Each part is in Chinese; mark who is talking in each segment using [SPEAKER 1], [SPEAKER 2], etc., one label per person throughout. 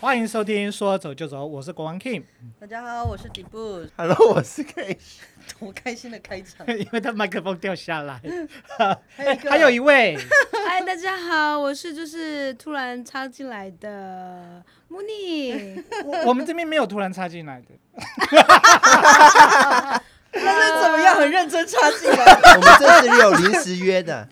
[SPEAKER 1] 欢迎收听《说走就走》，我是国王 Kim，
[SPEAKER 2] 大家好，我是底部，
[SPEAKER 3] Hello，我 是 K。
[SPEAKER 2] 多开心的开场。
[SPEAKER 1] 因为他麦克风掉下来。
[SPEAKER 2] 还有一 个，
[SPEAKER 1] 还有一位，
[SPEAKER 4] 嗨，哎大家好，我是就是突然插进来的穆尼，
[SPEAKER 1] 我我们这边没有突然插进来的，
[SPEAKER 2] 他是怎么样很认真插进来？
[SPEAKER 3] 我们这次有临时约的，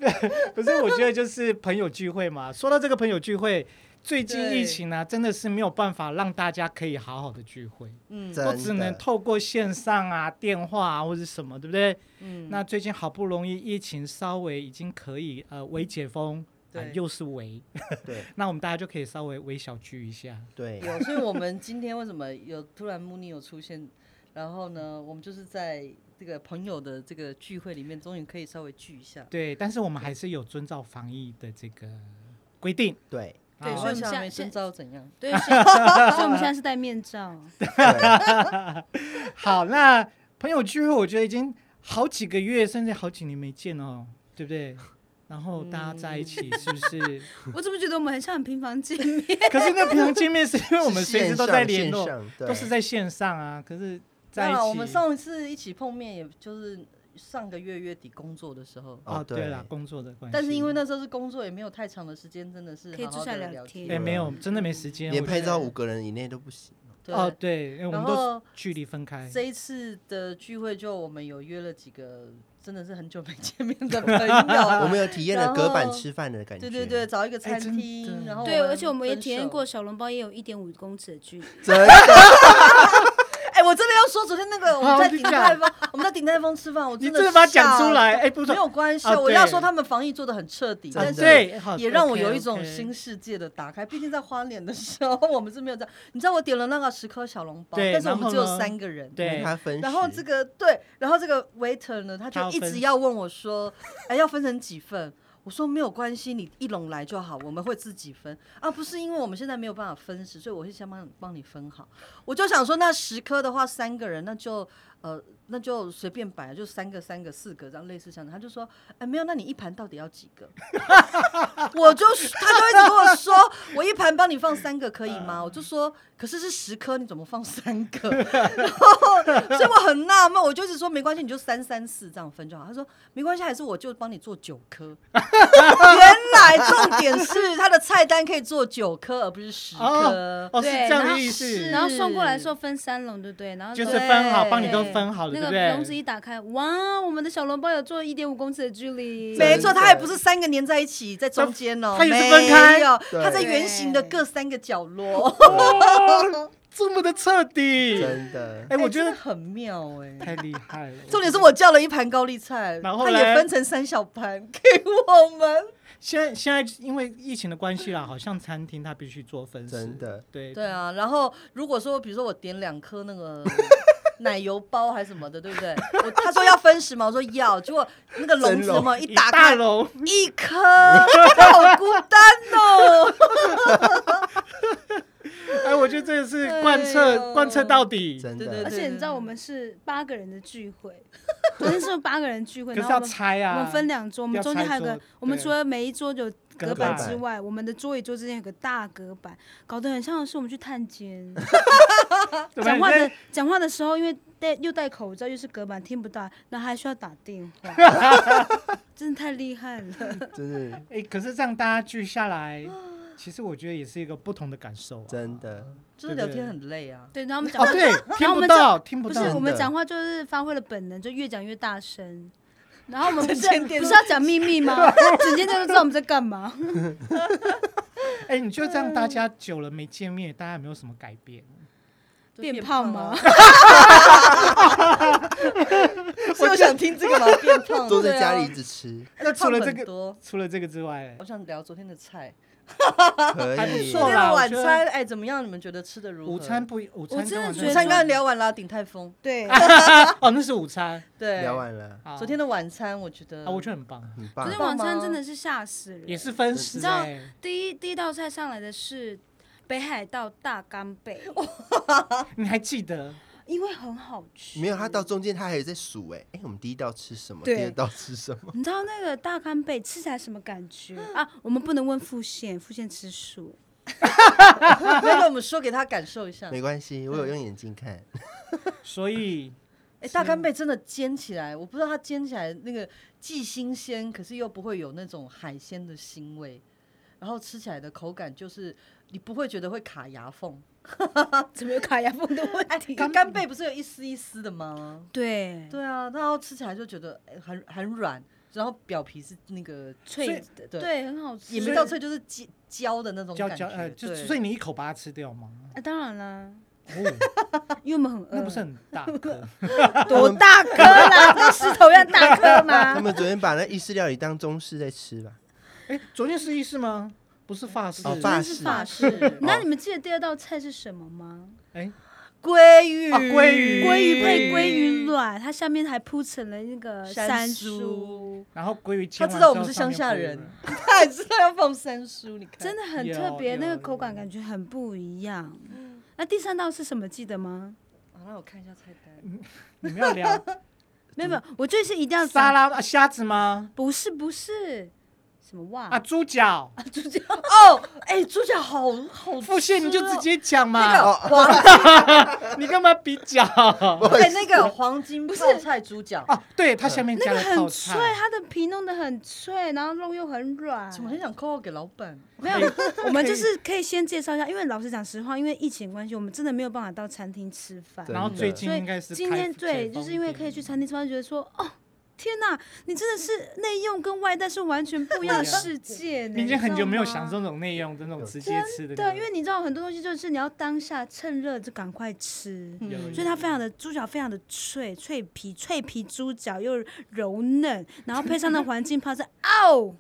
[SPEAKER 1] 可是我觉得就是朋友聚会嘛。 说到这个朋友聚会，最近
[SPEAKER 2] 对
[SPEAKER 1] 疫情啊，真的是没有办法让大家可以好好的聚会，
[SPEAKER 2] 嗯
[SPEAKER 3] 真
[SPEAKER 1] 都只能
[SPEAKER 3] 的。
[SPEAKER 1] 透过线上啊、电话啊或者什么，对不对？
[SPEAKER 2] 嗯，
[SPEAKER 1] 那最近好不容易疫情稍微已经可以呃微解封，啊
[SPEAKER 2] 对
[SPEAKER 1] 又是微，
[SPEAKER 3] 对
[SPEAKER 1] 那我们大家就可以稍微微小聚一下。
[SPEAKER 3] 对，
[SPEAKER 2] 有，所以我们今天为什么有突然穆尼有出现？然后呢，我们就是在这个朋友的这个聚会里面，终于可以稍微聚一下。
[SPEAKER 1] 对，但是我们还是有遵照防疫的这个规定。
[SPEAKER 3] 对，
[SPEAKER 4] 对
[SPEAKER 1] 啊
[SPEAKER 4] 所以我们
[SPEAKER 2] 下
[SPEAKER 4] 现
[SPEAKER 2] 面征
[SPEAKER 4] 现
[SPEAKER 2] 召怎样？
[SPEAKER 4] 对，所以所以我们现在是戴面罩，
[SPEAKER 3] 对，
[SPEAKER 1] 好，那朋友聚会，我觉得已经好几个月，甚至好几年没见哦，对不对？然后大家在一起是不 是？
[SPEAKER 4] 我怎么觉得我们很像很频繁见面？
[SPEAKER 1] 可是那平常见面是因为我们随时都在联
[SPEAKER 3] 线
[SPEAKER 1] 络，
[SPEAKER 3] 上，线上
[SPEAKER 1] 都是
[SPEAKER 3] 对
[SPEAKER 1] 在线上啊。可是在
[SPEAKER 2] 当
[SPEAKER 1] 一
[SPEAKER 2] 然，
[SPEAKER 1] 起，
[SPEAKER 2] 我们上一次一起碰面，也就是上个月月底工作的时候。
[SPEAKER 1] 哦，
[SPEAKER 3] 哦
[SPEAKER 1] 对
[SPEAKER 3] 对
[SPEAKER 1] 了，工作的关系，
[SPEAKER 2] 但是因为那时候是工作，也没有太长的时间，真的是
[SPEAKER 4] 嗯可以
[SPEAKER 2] 好好
[SPEAKER 4] 坐下
[SPEAKER 2] 地
[SPEAKER 4] 来
[SPEAKER 2] 聊
[SPEAKER 4] 聊天
[SPEAKER 1] 哎没有，真的没时间。
[SPEAKER 3] 连
[SPEAKER 1] 我
[SPEAKER 3] 拍照五个人以内都不行。
[SPEAKER 2] 对
[SPEAKER 1] 哦，对，因为我们
[SPEAKER 2] 然
[SPEAKER 1] 都
[SPEAKER 2] 后
[SPEAKER 1] 距离分
[SPEAKER 3] 哎
[SPEAKER 1] 开。
[SPEAKER 2] 这一次的聚会，就我们有约了几个真的是很久没见面的朋 友，
[SPEAKER 3] 我们有体验了隔板
[SPEAKER 2] 然后
[SPEAKER 3] 吃饭的感觉。
[SPEAKER 2] 对对对，，找一个
[SPEAKER 1] 哎
[SPEAKER 2] 餐
[SPEAKER 1] 真的
[SPEAKER 2] 厅，然后
[SPEAKER 4] 对，
[SPEAKER 2] 们
[SPEAKER 4] 而且我们也
[SPEAKER 2] 分
[SPEAKER 4] 体验
[SPEAKER 2] 手
[SPEAKER 4] 过。小笼包也有一点五公尺的距离，
[SPEAKER 3] 真的。
[SPEAKER 2] 哎，我真的要说，昨天那个我们在
[SPEAKER 1] 你
[SPEAKER 2] 鼎
[SPEAKER 1] 讲
[SPEAKER 2] 泰丰，我们在鼎泰丰吃饭，我
[SPEAKER 1] 你
[SPEAKER 2] 的
[SPEAKER 1] 真的把它讲
[SPEAKER 2] 吓
[SPEAKER 1] 出来，哎，不
[SPEAKER 2] 没
[SPEAKER 1] 错，
[SPEAKER 2] 有关系，
[SPEAKER 1] 啊
[SPEAKER 2] 我要
[SPEAKER 1] 对
[SPEAKER 2] 说他们防疫做的很彻底，
[SPEAKER 3] 真
[SPEAKER 2] 但
[SPEAKER 3] 的
[SPEAKER 2] 是
[SPEAKER 1] 对，哦好
[SPEAKER 2] 也让我有一
[SPEAKER 1] OK，OK
[SPEAKER 2] 种新世界的打开。毕竟在花莲的时候，我们是没有这样。你知道我点了那个十颗小笼包，
[SPEAKER 1] 对
[SPEAKER 2] 但是我
[SPEAKER 1] 然后
[SPEAKER 2] 们只有
[SPEAKER 1] 呢
[SPEAKER 2] 三个人。
[SPEAKER 1] 对
[SPEAKER 3] 他分食。
[SPEAKER 2] 然后这个对，然后这个 waiter 呢，他
[SPEAKER 1] 他要
[SPEAKER 2] 就一
[SPEAKER 1] 分
[SPEAKER 2] 直要问我说，哎，要分成几份？我说没有关系，你一笼来就好，我们会自己分啊。不是因为我们现在没有办法分食，所以我是想帮你帮你分好。我就想说，那十颗的话，三个人那就呃那就随便摆，就三个三个四个这样类似这样的。他就说，哎，没有，那你一盘到底要几个？ 我就是他就一直跟我说，我一盘帮你放三个可以吗？我就说，可是是十颗，你怎么放三个？ 所以我很纳闷，我就一直说没关系，你就三三四这样分就好。他说没关系，还是我就帮你做九颗。 原来重点是他的菜单可以做九颗，而不是十颗。
[SPEAKER 1] 哦哦，是
[SPEAKER 4] 对
[SPEAKER 1] 这样
[SPEAKER 4] 然
[SPEAKER 1] 的
[SPEAKER 4] 后
[SPEAKER 1] 意
[SPEAKER 2] 是
[SPEAKER 1] 思，
[SPEAKER 4] 然后送过来的时候分三笼，对不对？然后
[SPEAKER 1] 就是
[SPEAKER 4] 说
[SPEAKER 1] 分好，
[SPEAKER 2] 对
[SPEAKER 1] 帮你都分好了，
[SPEAKER 4] 那
[SPEAKER 1] 对不
[SPEAKER 4] 个笼子
[SPEAKER 1] 对？
[SPEAKER 4] 一打开，哇，我们的小笼包有做一点五公尺的距离，
[SPEAKER 2] 没错，
[SPEAKER 3] 真的
[SPEAKER 2] 它也不是三个粘在一起在中间哦，
[SPEAKER 1] 它它也是分开
[SPEAKER 2] 没有，
[SPEAKER 3] 对
[SPEAKER 2] 它在圆形的各三个角落。
[SPEAKER 1] 这么的彻底，
[SPEAKER 3] 真的。
[SPEAKER 1] 哎，我
[SPEAKER 2] 哎
[SPEAKER 1] 觉
[SPEAKER 2] 真的
[SPEAKER 1] 得
[SPEAKER 2] 很妙 哎、
[SPEAKER 1] 太厉害了。
[SPEAKER 2] 重点是我叫了一盘高丽菜，
[SPEAKER 1] 然后
[SPEAKER 2] 它
[SPEAKER 1] 嘞
[SPEAKER 2] 也分成三小盘给我们。
[SPEAKER 1] 现在现在因为疫情的关系啦，好像餐厅它必须做分食，
[SPEAKER 3] 真的
[SPEAKER 1] 对
[SPEAKER 2] 对啊，然后如果说比如说我点两颗那个 奶油包还是什么的，对不对？我他说要分食嘛，我说要，结果那个笼子嘛一打
[SPEAKER 1] 哦大
[SPEAKER 2] 开
[SPEAKER 1] 笼，
[SPEAKER 2] 一颗，好孤单 哦。
[SPEAKER 1] 哎，我觉得这个是贯彻、
[SPEAKER 2] 哎
[SPEAKER 4] 哦
[SPEAKER 2] 呦
[SPEAKER 1] 贯彻到底，
[SPEAKER 3] 真
[SPEAKER 2] 对对
[SPEAKER 3] 的
[SPEAKER 4] 而，且你知道我们是八个人的聚会，昨天是八个人聚会，
[SPEAKER 1] 可是
[SPEAKER 4] 然后
[SPEAKER 1] 要
[SPEAKER 4] 我们
[SPEAKER 1] 拆啊，
[SPEAKER 4] 我们分两桌，我们
[SPEAKER 1] 要
[SPEAKER 4] 中间还有
[SPEAKER 1] 拆
[SPEAKER 4] 个
[SPEAKER 1] 桌，
[SPEAKER 4] 我们
[SPEAKER 1] 对
[SPEAKER 4] 除了每一桌有
[SPEAKER 1] 隔
[SPEAKER 4] 隔
[SPEAKER 1] 板
[SPEAKER 4] 板之外，我们的桌与桌之间有个大隔板，搞得很像是我们去探监。
[SPEAKER 1] 对吧
[SPEAKER 4] 讲话
[SPEAKER 1] 你
[SPEAKER 4] 的
[SPEAKER 1] 在
[SPEAKER 4] 讲话的时候，因为戴又戴口罩，又是隔板，听不到，然后还需要打电话， 真的太厉害了。
[SPEAKER 3] 真的
[SPEAKER 1] 哎，可是这样大家聚下来，
[SPEAKER 4] 啊
[SPEAKER 1] 其实我觉得也是一个不同的感受、啊，
[SPEAKER 3] 真的，
[SPEAKER 2] 就是聊天很累啊。
[SPEAKER 4] 对，然后我们讲
[SPEAKER 1] 哦，
[SPEAKER 4] 话，
[SPEAKER 1] 对，听
[SPEAKER 4] 然后我
[SPEAKER 1] 不
[SPEAKER 4] 们
[SPEAKER 1] 到，听不
[SPEAKER 4] 不
[SPEAKER 1] 到
[SPEAKER 4] 是，我
[SPEAKER 3] 真
[SPEAKER 4] 们
[SPEAKER 3] 的
[SPEAKER 4] 讲话就是发挥了本能，就越讲越大声。然后我们不是
[SPEAKER 2] 整间店
[SPEAKER 4] 不
[SPEAKER 2] 都
[SPEAKER 4] 是要讲秘 密吗？整间就知道我们在干嘛。
[SPEAKER 1] 哎，你就这
[SPEAKER 4] 嗯
[SPEAKER 1] 样大家久了没见面，大家有没有什么改变？
[SPEAKER 2] 就
[SPEAKER 4] 变胖吗？
[SPEAKER 2] 胖啊？是有想听这个吗？变胖。
[SPEAKER 3] 坐在
[SPEAKER 2] 对啊
[SPEAKER 3] 家里一，直吃，
[SPEAKER 4] 哎
[SPEAKER 1] 那除了这
[SPEAKER 2] 胖很
[SPEAKER 1] 个
[SPEAKER 2] 多，
[SPEAKER 1] 除了这个之外，
[SPEAKER 2] 我想聊昨天的菜，
[SPEAKER 3] 可
[SPEAKER 1] 还不
[SPEAKER 3] 以。
[SPEAKER 1] 错啦
[SPEAKER 2] 昨天的
[SPEAKER 1] 我
[SPEAKER 2] 晚
[SPEAKER 1] 觉得
[SPEAKER 2] 餐哎怎么样？你们觉得吃的如何？
[SPEAKER 1] 午餐不一，午餐
[SPEAKER 4] 我真的
[SPEAKER 1] 跟晚
[SPEAKER 4] 觉
[SPEAKER 1] 餐
[SPEAKER 4] 得
[SPEAKER 2] 午餐刚才聊完了，鼎泰丰。
[SPEAKER 4] 对，
[SPEAKER 1] 哦，那是午餐，
[SPEAKER 2] 对，
[SPEAKER 3] 聊。完了，
[SPEAKER 1] 好
[SPEAKER 2] 昨天的晚餐我觉得，
[SPEAKER 1] 啊，我觉得很棒，
[SPEAKER 3] 很
[SPEAKER 4] 昨
[SPEAKER 3] 棒
[SPEAKER 4] 天。
[SPEAKER 2] 棒
[SPEAKER 4] 晚餐
[SPEAKER 2] 吗
[SPEAKER 4] 真的是吓死人，
[SPEAKER 1] 也是分食、
[SPEAKER 4] 你知道
[SPEAKER 1] 哎
[SPEAKER 4] 第一第一道菜上来的是北海道大干贝，
[SPEAKER 1] 你还记得？
[SPEAKER 4] 因为很好吃。
[SPEAKER 3] 没有，他到中间他还在数哎，哎，我们第一道吃什么？
[SPEAKER 4] 对
[SPEAKER 3] 第二道吃什么？
[SPEAKER 4] 你知道那个大干贝吃起来什么感觉啊？我们不能问付宪，付宪吃素。
[SPEAKER 2] 那个我们说给他感受一下。
[SPEAKER 3] 没关系，我有用眼睛看。
[SPEAKER 1] 所以
[SPEAKER 2] 哎，大干贝真的煎起来，我不知道它煎起来那个既新鲜，可是又不会有那种海鲜的腥味，然后吃起来的口感就是你不会觉得会卡牙缝。
[SPEAKER 4] 啊怎么有卡牙缝的问
[SPEAKER 2] 哎，
[SPEAKER 4] 题？
[SPEAKER 2] 干干贝不是有一丝一丝的吗？
[SPEAKER 4] 对，
[SPEAKER 2] 对啊，然后吃起来就觉得哎很很软，然后表皮是那个
[SPEAKER 1] 所
[SPEAKER 4] 脆
[SPEAKER 1] 以
[SPEAKER 4] 的，
[SPEAKER 2] 对
[SPEAKER 4] 对，很好吃。
[SPEAKER 2] 也没到脆，就是焦焦的那种
[SPEAKER 1] 焦
[SPEAKER 2] 感
[SPEAKER 1] 焦
[SPEAKER 2] 觉。
[SPEAKER 1] 呃，就
[SPEAKER 2] 对
[SPEAKER 1] 所以你一口把它吃掉吗？
[SPEAKER 4] 啊，当然啦，
[SPEAKER 1] 哦，
[SPEAKER 4] 因为我们很饿，
[SPEAKER 1] 那不是很大
[SPEAKER 2] 呃
[SPEAKER 1] 颗，
[SPEAKER 4] 多大颗啦，跟石头一样大颗
[SPEAKER 3] 他
[SPEAKER 4] 吗？
[SPEAKER 3] 们昨天把那意式料理当中式在吃吧？
[SPEAKER 1] 哎，昨天是意式吗？不是法式，
[SPEAKER 3] 哦
[SPEAKER 4] 那
[SPEAKER 3] 法
[SPEAKER 4] 是
[SPEAKER 3] 式
[SPEAKER 4] 法式。
[SPEAKER 1] 哦
[SPEAKER 4] 那你们记得第二道菜是什么吗？
[SPEAKER 1] 哎，
[SPEAKER 2] 鲑鱼，
[SPEAKER 1] 啊鲑鱼
[SPEAKER 4] 鲑鱼配鲑鱼卵，它下面还铺成了那个
[SPEAKER 2] 山
[SPEAKER 4] 山
[SPEAKER 2] 酥
[SPEAKER 4] 酥，
[SPEAKER 1] 然后鲑鱼煎完
[SPEAKER 2] 他
[SPEAKER 1] 之后，
[SPEAKER 2] 知道我们是乡下人
[SPEAKER 1] 上面，
[SPEAKER 2] 他还知道要放三叔，你看
[SPEAKER 4] 真的很
[SPEAKER 1] 有
[SPEAKER 4] 特别，
[SPEAKER 1] 有
[SPEAKER 4] 那个
[SPEAKER 1] 有
[SPEAKER 4] 口感感觉很不一样。
[SPEAKER 1] 嗯
[SPEAKER 4] 那第三道是什么？记得吗？
[SPEAKER 2] 啊，让我看一下菜单。
[SPEAKER 1] 会有人你们要 聊
[SPEAKER 4] 没有没有，我这次一定要
[SPEAKER 1] 沙
[SPEAKER 4] 拉，
[SPEAKER 1] 拉啊虾子吗？
[SPEAKER 4] 不是不是，什么哇？
[SPEAKER 1] 啊，猪脚，
[SPEAKER 2] 哦，哎，猪脚好好
[SPEAKER 1] 付现你就直
[SPEAKER 2] 接
[SPEAKER 1] 接讲
[SPEAKER 2] 哦那
[SPEAKER 1] 嘛，
[SPEAKER 2] 个黄
[SPEAKER 1] 你干嘛比较
[SPEAKER 2] 哦
[SPEAKER 1] 啊？
[SPEAKER 2] 对那个黄金泡菜猪脚，
[SPEAKER 1] 对，它下面加
[SPEAKER 4] 那个
[SPEAKER 1] 了泡
[SPEAKER 4] 很脆，
[SPEAKER 1] 菜，
[SPEAKER 4] 它的皮弄得很脆，然后肉又很软。
[SPEAKER 2] 怎么很想 call 给老板？
[SPEAKER 4] 没有，我们就是可以先介绍一下，因为老实讲实话，因为疫情关系，我们真的没有办法到餐厅吃饭。
[SPEAKER 1] 然后
[SPEAKER 3] 真的
[SPEAKER 1] 最近
[SPEAKER 4] 所以
[SPEAKER 1] 应该是
[SPEAKER 4] 今
[SPEAKER 1] 开
[SPEAKER 4] 天
[SPEAKER 1] 始
[SPEAKER 4] 对，
[SPEAKER 1] 解
[SPEAKER 4] 就
[SPEAKER 1] 封
[SPEAKER 4] 是因为
[SPEAKER 1] 一
[SPEAKER 4] 可以
[SPEAKER 1] 点
[SPEAKER 4] 去餐厅吃饭，觉得说哦。天呐，你真的是内用跟外带是完全不一样的
[SPEAKER 1] 不一样
[SPEAKER 4] 世界呢！
[SPEAKER 1] 你已经
[SPEAKER 4] 知
[SPEAKER 1] 啊很
[SPEAKER 4] 道
[SPEAKER 1] 久没有
[SPEAKER 4] 吗
[SPEAKER 1] 享受那种内用的那种直接吃的那种，
[SPEAKER 4] 对，啊因为你知道很多东西就是你要当下趁热就赶快吃，
[SPEAKER 1] 有
[SPEAKER 2] 嗯
[SPEAKER 4] 所以它非 常的猪脚非常的脆，脆皮脆皮猪脚又柔嫩，然后配上那环境泡菜，哦，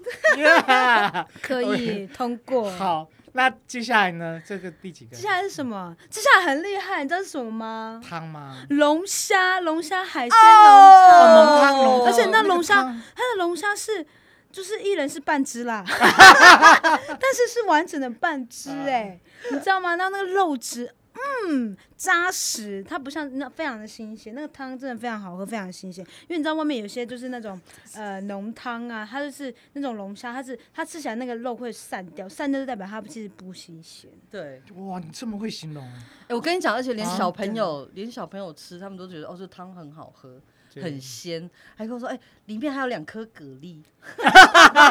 [SPEAKER 1] Yeah！
[SPEAKER 4] 可以通过。
[SPEAKER 1] 好，那接下来呢？这个第几个
[SPEAKER 4] 接？下来是什么？接下来很厉害，你知道是什么吗？
[SPEAKER 1] 汤吗？
[SPEAKER 4] 龙虾，龙虾海鲜龙
[SPEAKER 1] 哦，
[SPEAKER 4] 汤，
[SPEAKER 1] 浓汤浓汤，
[SPEAKER 4] 而且那
[SPEAKER 1] 个
[SPEAKER 4] 龙虾
[SPEAKER 1] 汤
[SPEAKER 4] 它的龙虾是。就是一人是半只 啦，但是是完整的半只
[SPEAKER 2] 嗯
[SPEAKER 4] 哎、你知道吗？那那个肉质，嗯，扎实，它不像那非常的新鲜，那个汤真的非常好喝，非常新鲜。因为你知道外面有些就是那种呃浓汤啊，它就是那种龙虾，它是它吃起来那个肉会散掉，散掉就代表它其实不新 鲜。
[SPEAKER 2] 对，
[SPEAKER 1] 哇，你这么会形容啊，
[SPEAKER 2] 哎，我跟你讲，而且连小朋友，连小朋友吃，他们都觉得哦，这汤很好喝，
[SPEAKER 1] 对
[SPEAKER 2] 很鲜，还跟我说，哎，里面还有两颗蛤蜊，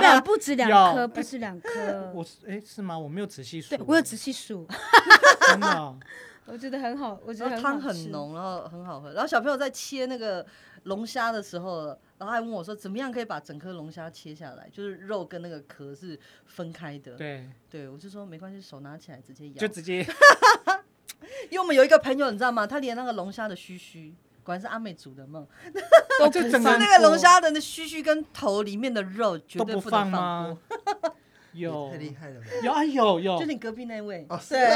[SPEAKER 4] 两不止两
[SPEAKER 1] 有
[SPEAKER 4] 颗，不止两颗。
[SPEAKER 1] 我是哎是吗？我没有仔细数，啊
[SPEAKER 4] 对我有仔细数，
[SPEAKER 1] 真的 哦，
[SPEAKER 4] 我觉得很好，我觉
[SPEAKER 2] 然后
[SPEAKER 4] 得好
[SPEAKER 2] 汤
[SPEAKER 4] 吃
[SPEAKER 2] 很。浓，然后很好喝。然后小朋友在切那个龙虾的时候，然后还问我说，怎么样可以把整颗龙虾切下来，就是肉跟那个壳是分开的。
[SPEAKER 1] 对，
[SPEAKER 2] 对，我就说没关系，手拿起来直接咬
[SPEAKER 1] 就。直 接
[SPEAKER 2] 因为我们有一个朋友，你知道吗？他连那个龙虾的须须，果然是阿美族的嘛，
[SPEAKER 1] 都就 整
[SPEAKER 2] 是
[SPEAKER 1] 个
[SPEAKER 2] 那个龙虾的那须须跟头里面的肉绝
[SPEAKER 1] 都
[SPEAKER 2] 对
[SPEAKER 1] 不
[SPEAKER 2] 不能放
[SPEAKER 1] 吗
[SPEAKER 2] 过。？
[SPEAKER 1] 有
[SPEAKER 3] 也太厉害了吧！
[SPEAKER 1] 有啊有有
[SPEAKER 2] 就，你隔壁那位，
[SPEAKER 3] 哦
[SPEAKER 2] 对，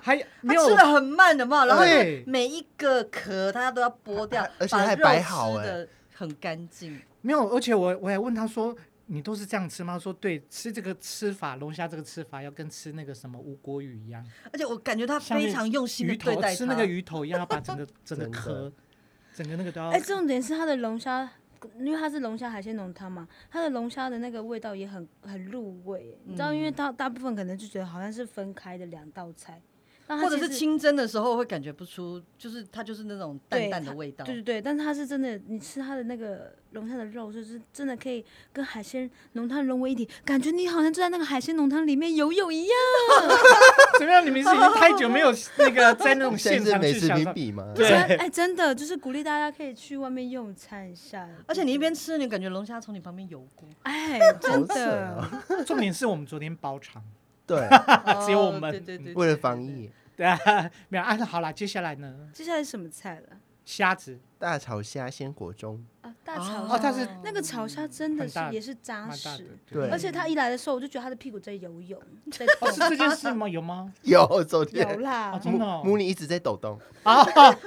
[SPEAKER 1] 还
[SPEAKER 2] 他
[SPEAKER 4] 啊
[SPEAKER 1] 没有
[SPEAKER 2] 吃的很慢的嘛，然后
[SPEAKER 1] 对
[SPEAKER 2] 每一个壳他都要剥掉
[SPEAKER 3] 啊，而且
[SPEAKER 2] 把
[SPEAKER 3] 还
[SPEAKER 2] 肉
[SPEAKER 3] 摆好
[SPEAKER 2] 吃
[SPEAKER 3] 哎
[SPEAKER 2] 的很干净。
[SPEAKER 1] 没有，而且我我还问他说。你都是这样吃吗？他说对，吃这个吃法，龙虾这个吃法要跟吃那个什么无锅鱼一样，
[SPEAKER 2] 而且我感觉他
[SPEAKER 1] 像那
[SPEAKER 2] 非常用心的
[SPEAKER 1] 鱼
[SPEAKER 2] 对
[SPEAKER 1] 头
[SPEAKER 2] 待
[SPEAKER 1] 吃
[SPEAKER 2] 它
[SPEAKER 1] 那个鱼头一样，要把整个整个
[SPEAKER 3] 真的
[SPEAKER 1] 壳，整个那个都要。
[SPEAKER 4] 哎、重点是它的龙虾，因为它是龙虾海鲜浓汤嘛，它的龙虾的那个味道也很很入味。你知道，
[SPEAKER 2] 嗯
[SPEAKER 4] 因为大大部分可能就觉得好像是分开的两道菜，但它
[SPEAKER 2] 或者
[SPEAKER 4] 其
[SPEAKER 2] 是
[SPEAKER 4] 实
[SPEAKER 2] 清蒸的时候会感觉不出，就是它就是那种淡
[SPEAKER 4] 对
[SPEAKER 2] 淡的
[SPEAKER 4] 它
[SPEAKER 2] 味道。
[SPEAKER 4] 对对对，但是它是真的，你吃它的那个龙虾的肉，就是真的可以跟海鲜浓汤融为一体，感觉你好像就在那个海鲜浓汤里面游泳一样。
[SPEAKER 1] 怎么 样？你们是已经太久没有那个在那种
[SPEAKER 3] 现
[SPEAKER 1] 现
[SPEAKER 3] 在是
[SPEAKER 1] 场
[SPEAKER 3] 美
[SPEAKER 1] 去
[SPEAKER 3] 食
[SPEAKER 1] 享
[SPEAKER 3] 评
[SPEAKER 1] 受，
[SPEAKER 3] 比吗？
[SPEAKER 1] 对
[SPEAKER 4] 真哎，真的就是鼓励大家可以去外面用餐一下。
[SPEAKER 2] 而且你一边吃，你感觉龙虾从你旁边游 过，
[SPEAKER 4] 哎，
[SPEAKER 3] 好
[SPEAKER 4] 真
[SPEAKER 3] 扯
[SPEAKER 4] 的。
[SPEAKER 3] 哦！
[SPEAKER 1] 重点是我们昨天包场，
[SPEAKER 3] 对，
[SPEAKER 1] 只有我们
[SPEAKER 2] 哦对对对 对，
[SPEAKER 3] 为了防疫，
[SPEAKER 1] 对啊，没有啊。那好啦，接下来呢？
[SPEAKER 4] 接下来是什么菜了？
[SPEAKER 1] 虾子
[SPEAKER 3] 大炒虾鲜果中，
[SPEAKER 4] 啊，大炒
[SPEAKER 1] 哦，
[SPEAKER 4] 虾
[SPEAKER 1] 它是
[SPEAKER 4] 那个炒虾真的
[SPEAKER 1] 嗯很
[SPEAKER 4] 是
[SPEAKER 1] 大
[SPEAKER 4] 也是扎
[SPEAKER 1] 蛮大
[SPEAKER 4] 实
[SPEAKER 1] 的，，
[SPEAKER 3] 对
[SPEAKER 4] 而且他一来的时候，我就觉得他的屁股在 游泳，在
[SPEAKER 1] 哦，是
[SPEAKER 4] 动。
[SPEAKER 1] 这件事吗？有吗？
[SPEAKER 3] 有昨
[SPEAKER 4] 有
[SPEAKER 3] 天
[SPEAKER 1] 哦
[SPEAKER 4] 啦，
[SPEAKER 1] 真
[SPEAKER 3] 母
[SPEAKER 1] 的哦
[SPEAKER 3] 母里一直在抖动，
[SPEAKER 1] 啊，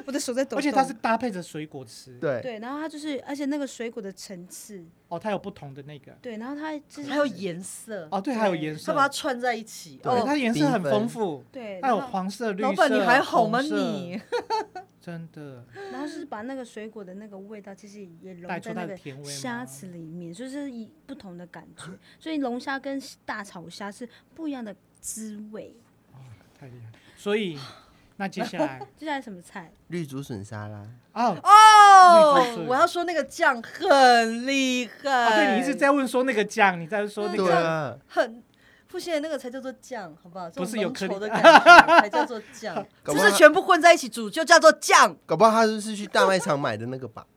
[SPEAKER 4] 我的手在抖
[SPEAKER 1] 而且它是搭配着水果吃，
[SPEAKER 3] 对，
[SPEAKER 4] 对，然后它就是，而且那个水果的层次，
[SPEAKER 1] 哦，它有不同的那个，
[SPEAKER 4] 对，然后它就是
[SPEAKER 2] 还有颜色，
[SPEAKER 1] 哦，对，还有颜
[SPEAKER 2] 它
[SPEAKER 1] 色，
[SPEAKER 2] 把它串在一起。
[SPEAKER 3] 对
[SPEAKER 1] 对，
[SPEAKER 2] 哦，
[SPEAKER 1] 它颜色很
[SPEAKER 3] 缤纷
[SPEAKER 1] 丰富，
[SPEAKER 4] 对，
[SPEAKER 1] 它有
[SPEAKER 4] 然后
[SPEAKER 1] 黄色、绿色。
[SPEAKER 2] 老板你还好吗
[SPEAKER 1] 红色
[SPEAKER 2] 你？
[SPEAKER 1] 真的
[SPEAKER 4] 然后是把那个水果的那个味道，其实也
[SPEAKER 1] 带
[SPEAKER 4] 融
[SPEAKER 1] 出它
[SPEAKER 4] 在那
[SPEAKER 1] 的
[SPEAKER 4] 个
[SPEAKER 1] 甜味吗
[SPEAKER 4] 虾子里面，就是一不同的感觉。所以龙虾跟大炒虾是不一样的滋味。
[SPEAKER 1] 太厉害。所以那接下来
[SPEAKER 4] 接下来什么菜？
[SPEAKER 3] 绿竹笋沙拉，
[SPEAKER 1] 哦，
[SPEAKER 2] 哦
[SPEAKER 1] 绿竹，笋
[SPEAKER 2] 我要说那个酱很厉害。
[SPEAKER 1] 哦，对你一直在问说那个酱，你在说那
[SPEAKER 3] 对
[SPEAKER 1] 个
[SPEAKER 3] 啊，
[SPEAKER 2] 很。傅现那个才叫做酱，好不好？这
[SPEAKER 1] 不
[SPEAKER 2] 种
[SPEAKER 1] 是有
[SPEAKER 2] 浓
[SPEAKER 1] 颗
[SPEAKER 2] 稠
[SPEAKER 1] 粒
[SPEAKER 2] 的 感觉才叫做酱，
[SPEAKER 3] 搞
[SPEAKER 2] 就
[SPEAKER 3] 不
[SPEAKER 2] 是
[SPEAKER 3] 好
[SPEAKER 2] 全部混在一起煮就叫做酱。
[SPEAKER 3] 搞不好他就是去大卖场买的那 个吧？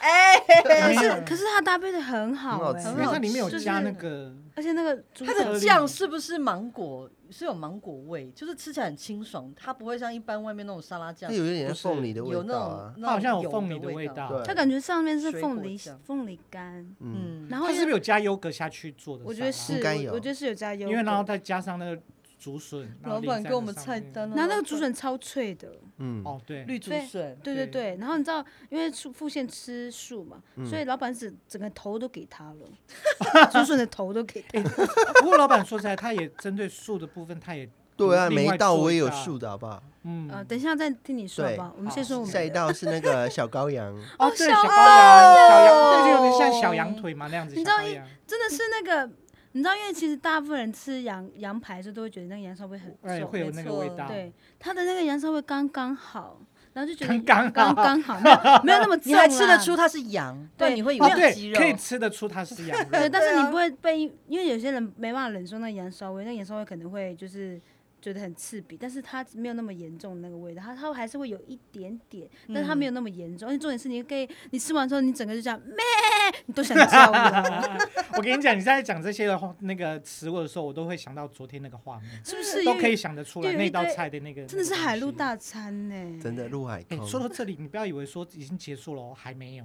[SPEAKER 2] 哎，
[SPEAKER 1] 没
[SPEAKER 3] 啊
[SPEAKER 4] 可
[SPEAKER 1] 有
[SPEAKER 4] 是可是它搭配的很好
[SPEAKER 3] 很好
[SPEAKER 4] 哎、
[SPEAKER 3] 吃
[SPEAKER 1] 因为它里面有
[SPEAKER 2] 就是
[SPEAKER 1] 加那个，
[SPEAKER 4] 而且那个猪
[SPEAKER 2] 它
[SPEAKER 1] 合
[SPEAKER 2] 的
[SPEAKER 1] 理
[SPEAKER 4] 肉
[SPEAKER 2] 酱是不是芒果？是有芒果味，就是吃起来很清爽，它不会像一般外面那种沙拉
[SPEAKER 3] 它
[SPEAKER 2] 酱
[SPEAKER 3] 有一点
[SPEAKER 1] 不
[SPEAKER 3] 像
[SPEAKER 1] 是
[SPEAKER 3] 凤梨的味
[SPEAKER 2] 有那
[SPEAKER 3] 道
[SPEAKER 2] 种
[SPEAKER 3] 啊，，
[SPEAKER 2] 那
[SPEAKER 1] 它好像有
[SPEAKER 2] 油
[SPEAKER 1] 凤梨的
[SPEAKER 2] 的
[SPEAKER 1] 味道
[SPEAKER 3] 对
[SPEAKER 4] 它感觉上面是
[SPEAKER 2] 水
[SPEAKER 4] 凤
[SPEAKER 2] 果
[SPEAKER 4] 梨
[SPEAKER 2] 酱
[SPEAKER 4] 凤梨干，
[SPEAKER 3] 嗯，
[SPEAKER 2] 嗯，
[SPEAKER 4] 然后
[SPEAKER 1] 它是不
[SPEAKER 4] 又
[SPEAKER 1] 是有加优格下去做的沙拉？
[SPEAKER 4] 我觉得是，
[SPEAKER 3] 应该
[SPEAKER 4] 我
[SPEAKER 3] 有
[SPEAKER 4] 我觉得是有加油，
[SPEAKER 1] 因为然后再加上那个竹笋，然后
[SPEAKER 2] 老板
[SPEAKER 1] 淋在
[SPEAKER 2] 给我
[SPEAKER 1] 那
[SPEAKER 2] 们
[SPEAKER 1] 上
[SPEAKER 2] 菜
[SPEAKER 1] 面
[SPEAKER 2] 单了，
[SPEAKER 4] 然后那个竹笋超脆的，
[SPEAKER 3] 嗯，
[SPEAKER 1] 哦，对，
[SPEAKER 2] 绿竹笋，
[SPEAKER 4] 对
[SPEAKER 1] 对
[SPEAKER 4] 对对。然后你知道，因为出副线吃素嘛，所以老板整整个头都给他 了，竹笋的头都给
[SPEAKER 1] 哎
[SPEAKER 4] 他。
[SPEAKER 1] 不过老板说实在，他也针对素的部分，他也
[SPEAKER 3] 对啊，
[SPEAKER 1] 另
[SPEAKER 3] 每
[SPEAKER 1] 外
[SPEAKER 3] 一道
[SPEAKER 1] 做
[SPEAKER 3] 我也
[SPEAKER 1] 一
[SPEAKER 3] 有
[SPEAKER 1] 道
[SPEAKER 3] 数的好不好？
[SPEAKER 1] 嗯
[SPEAKER 4] 呃，等一下再听你说好
[SPEAKER 3] 对
[SPEAKER 4] 不好？我们
[SPEAKER 1] 好
[SPEAKER 4] 先说我们
[SPEAKER 3] 下一
[SPEAKER 4] 的。
[SPEAKER 3] 道是那个小羔羊，
[SPEAKER 1] 哦，
[SPEAKER 4] 哦
[SPEAKER 1] 对，
[SPEAKER 4] 小
[SPEAKER 1] 小羔羊，小羊，
[SPEAKER 2] 哦
[SPEAKER 1] 对，就有点像小羊腿嘛那样子。
[SPEAKER 4] 你知
[SPEAKER 1] 小
[SPEAKER 4] 道
[SPEAKER 1] 羔
[SPEAKER 4] 一
[SPEAKER 1] 羊
[SPEAKER 4] 真的是那个，你知道，因为其实大部分人吃羊羊排的时候都会觉得那个羊骚味很
[SPEAKER 1] 哎，
[SPEAKER 4] 重，
[SPEAKER 1] 会有
[SPEAKER 2] 没
[SPEAKER 1] 那个味
[SPEAKER 2] 错
[SPEAKER 1] 道，
[SPEAKER 4] 对，它的那个羊骚味刚刚好，然后就觉得
[SPEAKER 1] 刚
[SPEAKER 4] 刚
[SPEAKER 1] 刚好
[SPEAKER 4] 刚好，没有没有那么 重，
[SPEAKER 2] 你还吃得出？它是羊，
[SPEAKER 4] 对
[SPEAKER 2] 啊对，你会以
[SPEAKER 1] 哦
[SPEAKER 2] 为，是
[SPEAKER 1] 对，
[SPEAKER 2] 鸡肉
[SPEAKER 1] 可。以吃得出它是羊肉。
[SPEAKER 4] 对，但是
[SPEAKER 2] 对
[SPEAKER 4] 你
[SPEAKER 2] 啊
[SPEAKER 4] 不会被，因为有些人没办法忍受那个羊骚味，那个羊骚味可能会就是觉得很刺鼻，但是它没有那么严重那个味道，它它还是会有一点点，
[SPEAKER 2] 嗯
[SPEAKER 4] 但是它没有那么严重。而且重点是，你可以你吃完之后，你整个就这样咩，你都想叫了，
[SPEAKER 1] 我跟你讲，你在讲这些的话，那个词汇的时候，我都会想到昨天那个画面，
[SPEAKER 4] 是不是？
[SPEAKER 1] 都可以想得出来
[SPEAKER 4] 对有
[SPEAKER 1] 那
[SPEAKER 4] 一
[SPEAKER 1] 道
[SPEAKER 4] 堆
[SPEAKER 1] 菜的那个。
[SPEAKER 4] 真的是
[SPEAKER 1] 那个
[SPEAKER 4] 海
[SPEAKER 1] 东
[SPEAKER 4] 陆
[SPEAKER 1] 西。
[SPEAKER 4] 大餐呢、
[SPEAKER 3] 真的陆海
[SPEAKER 1] 哎
[SPEAKER 3] 空，
[SPEAKER 1] 说到这里，你不要以为说已经结束了哦，还没 有。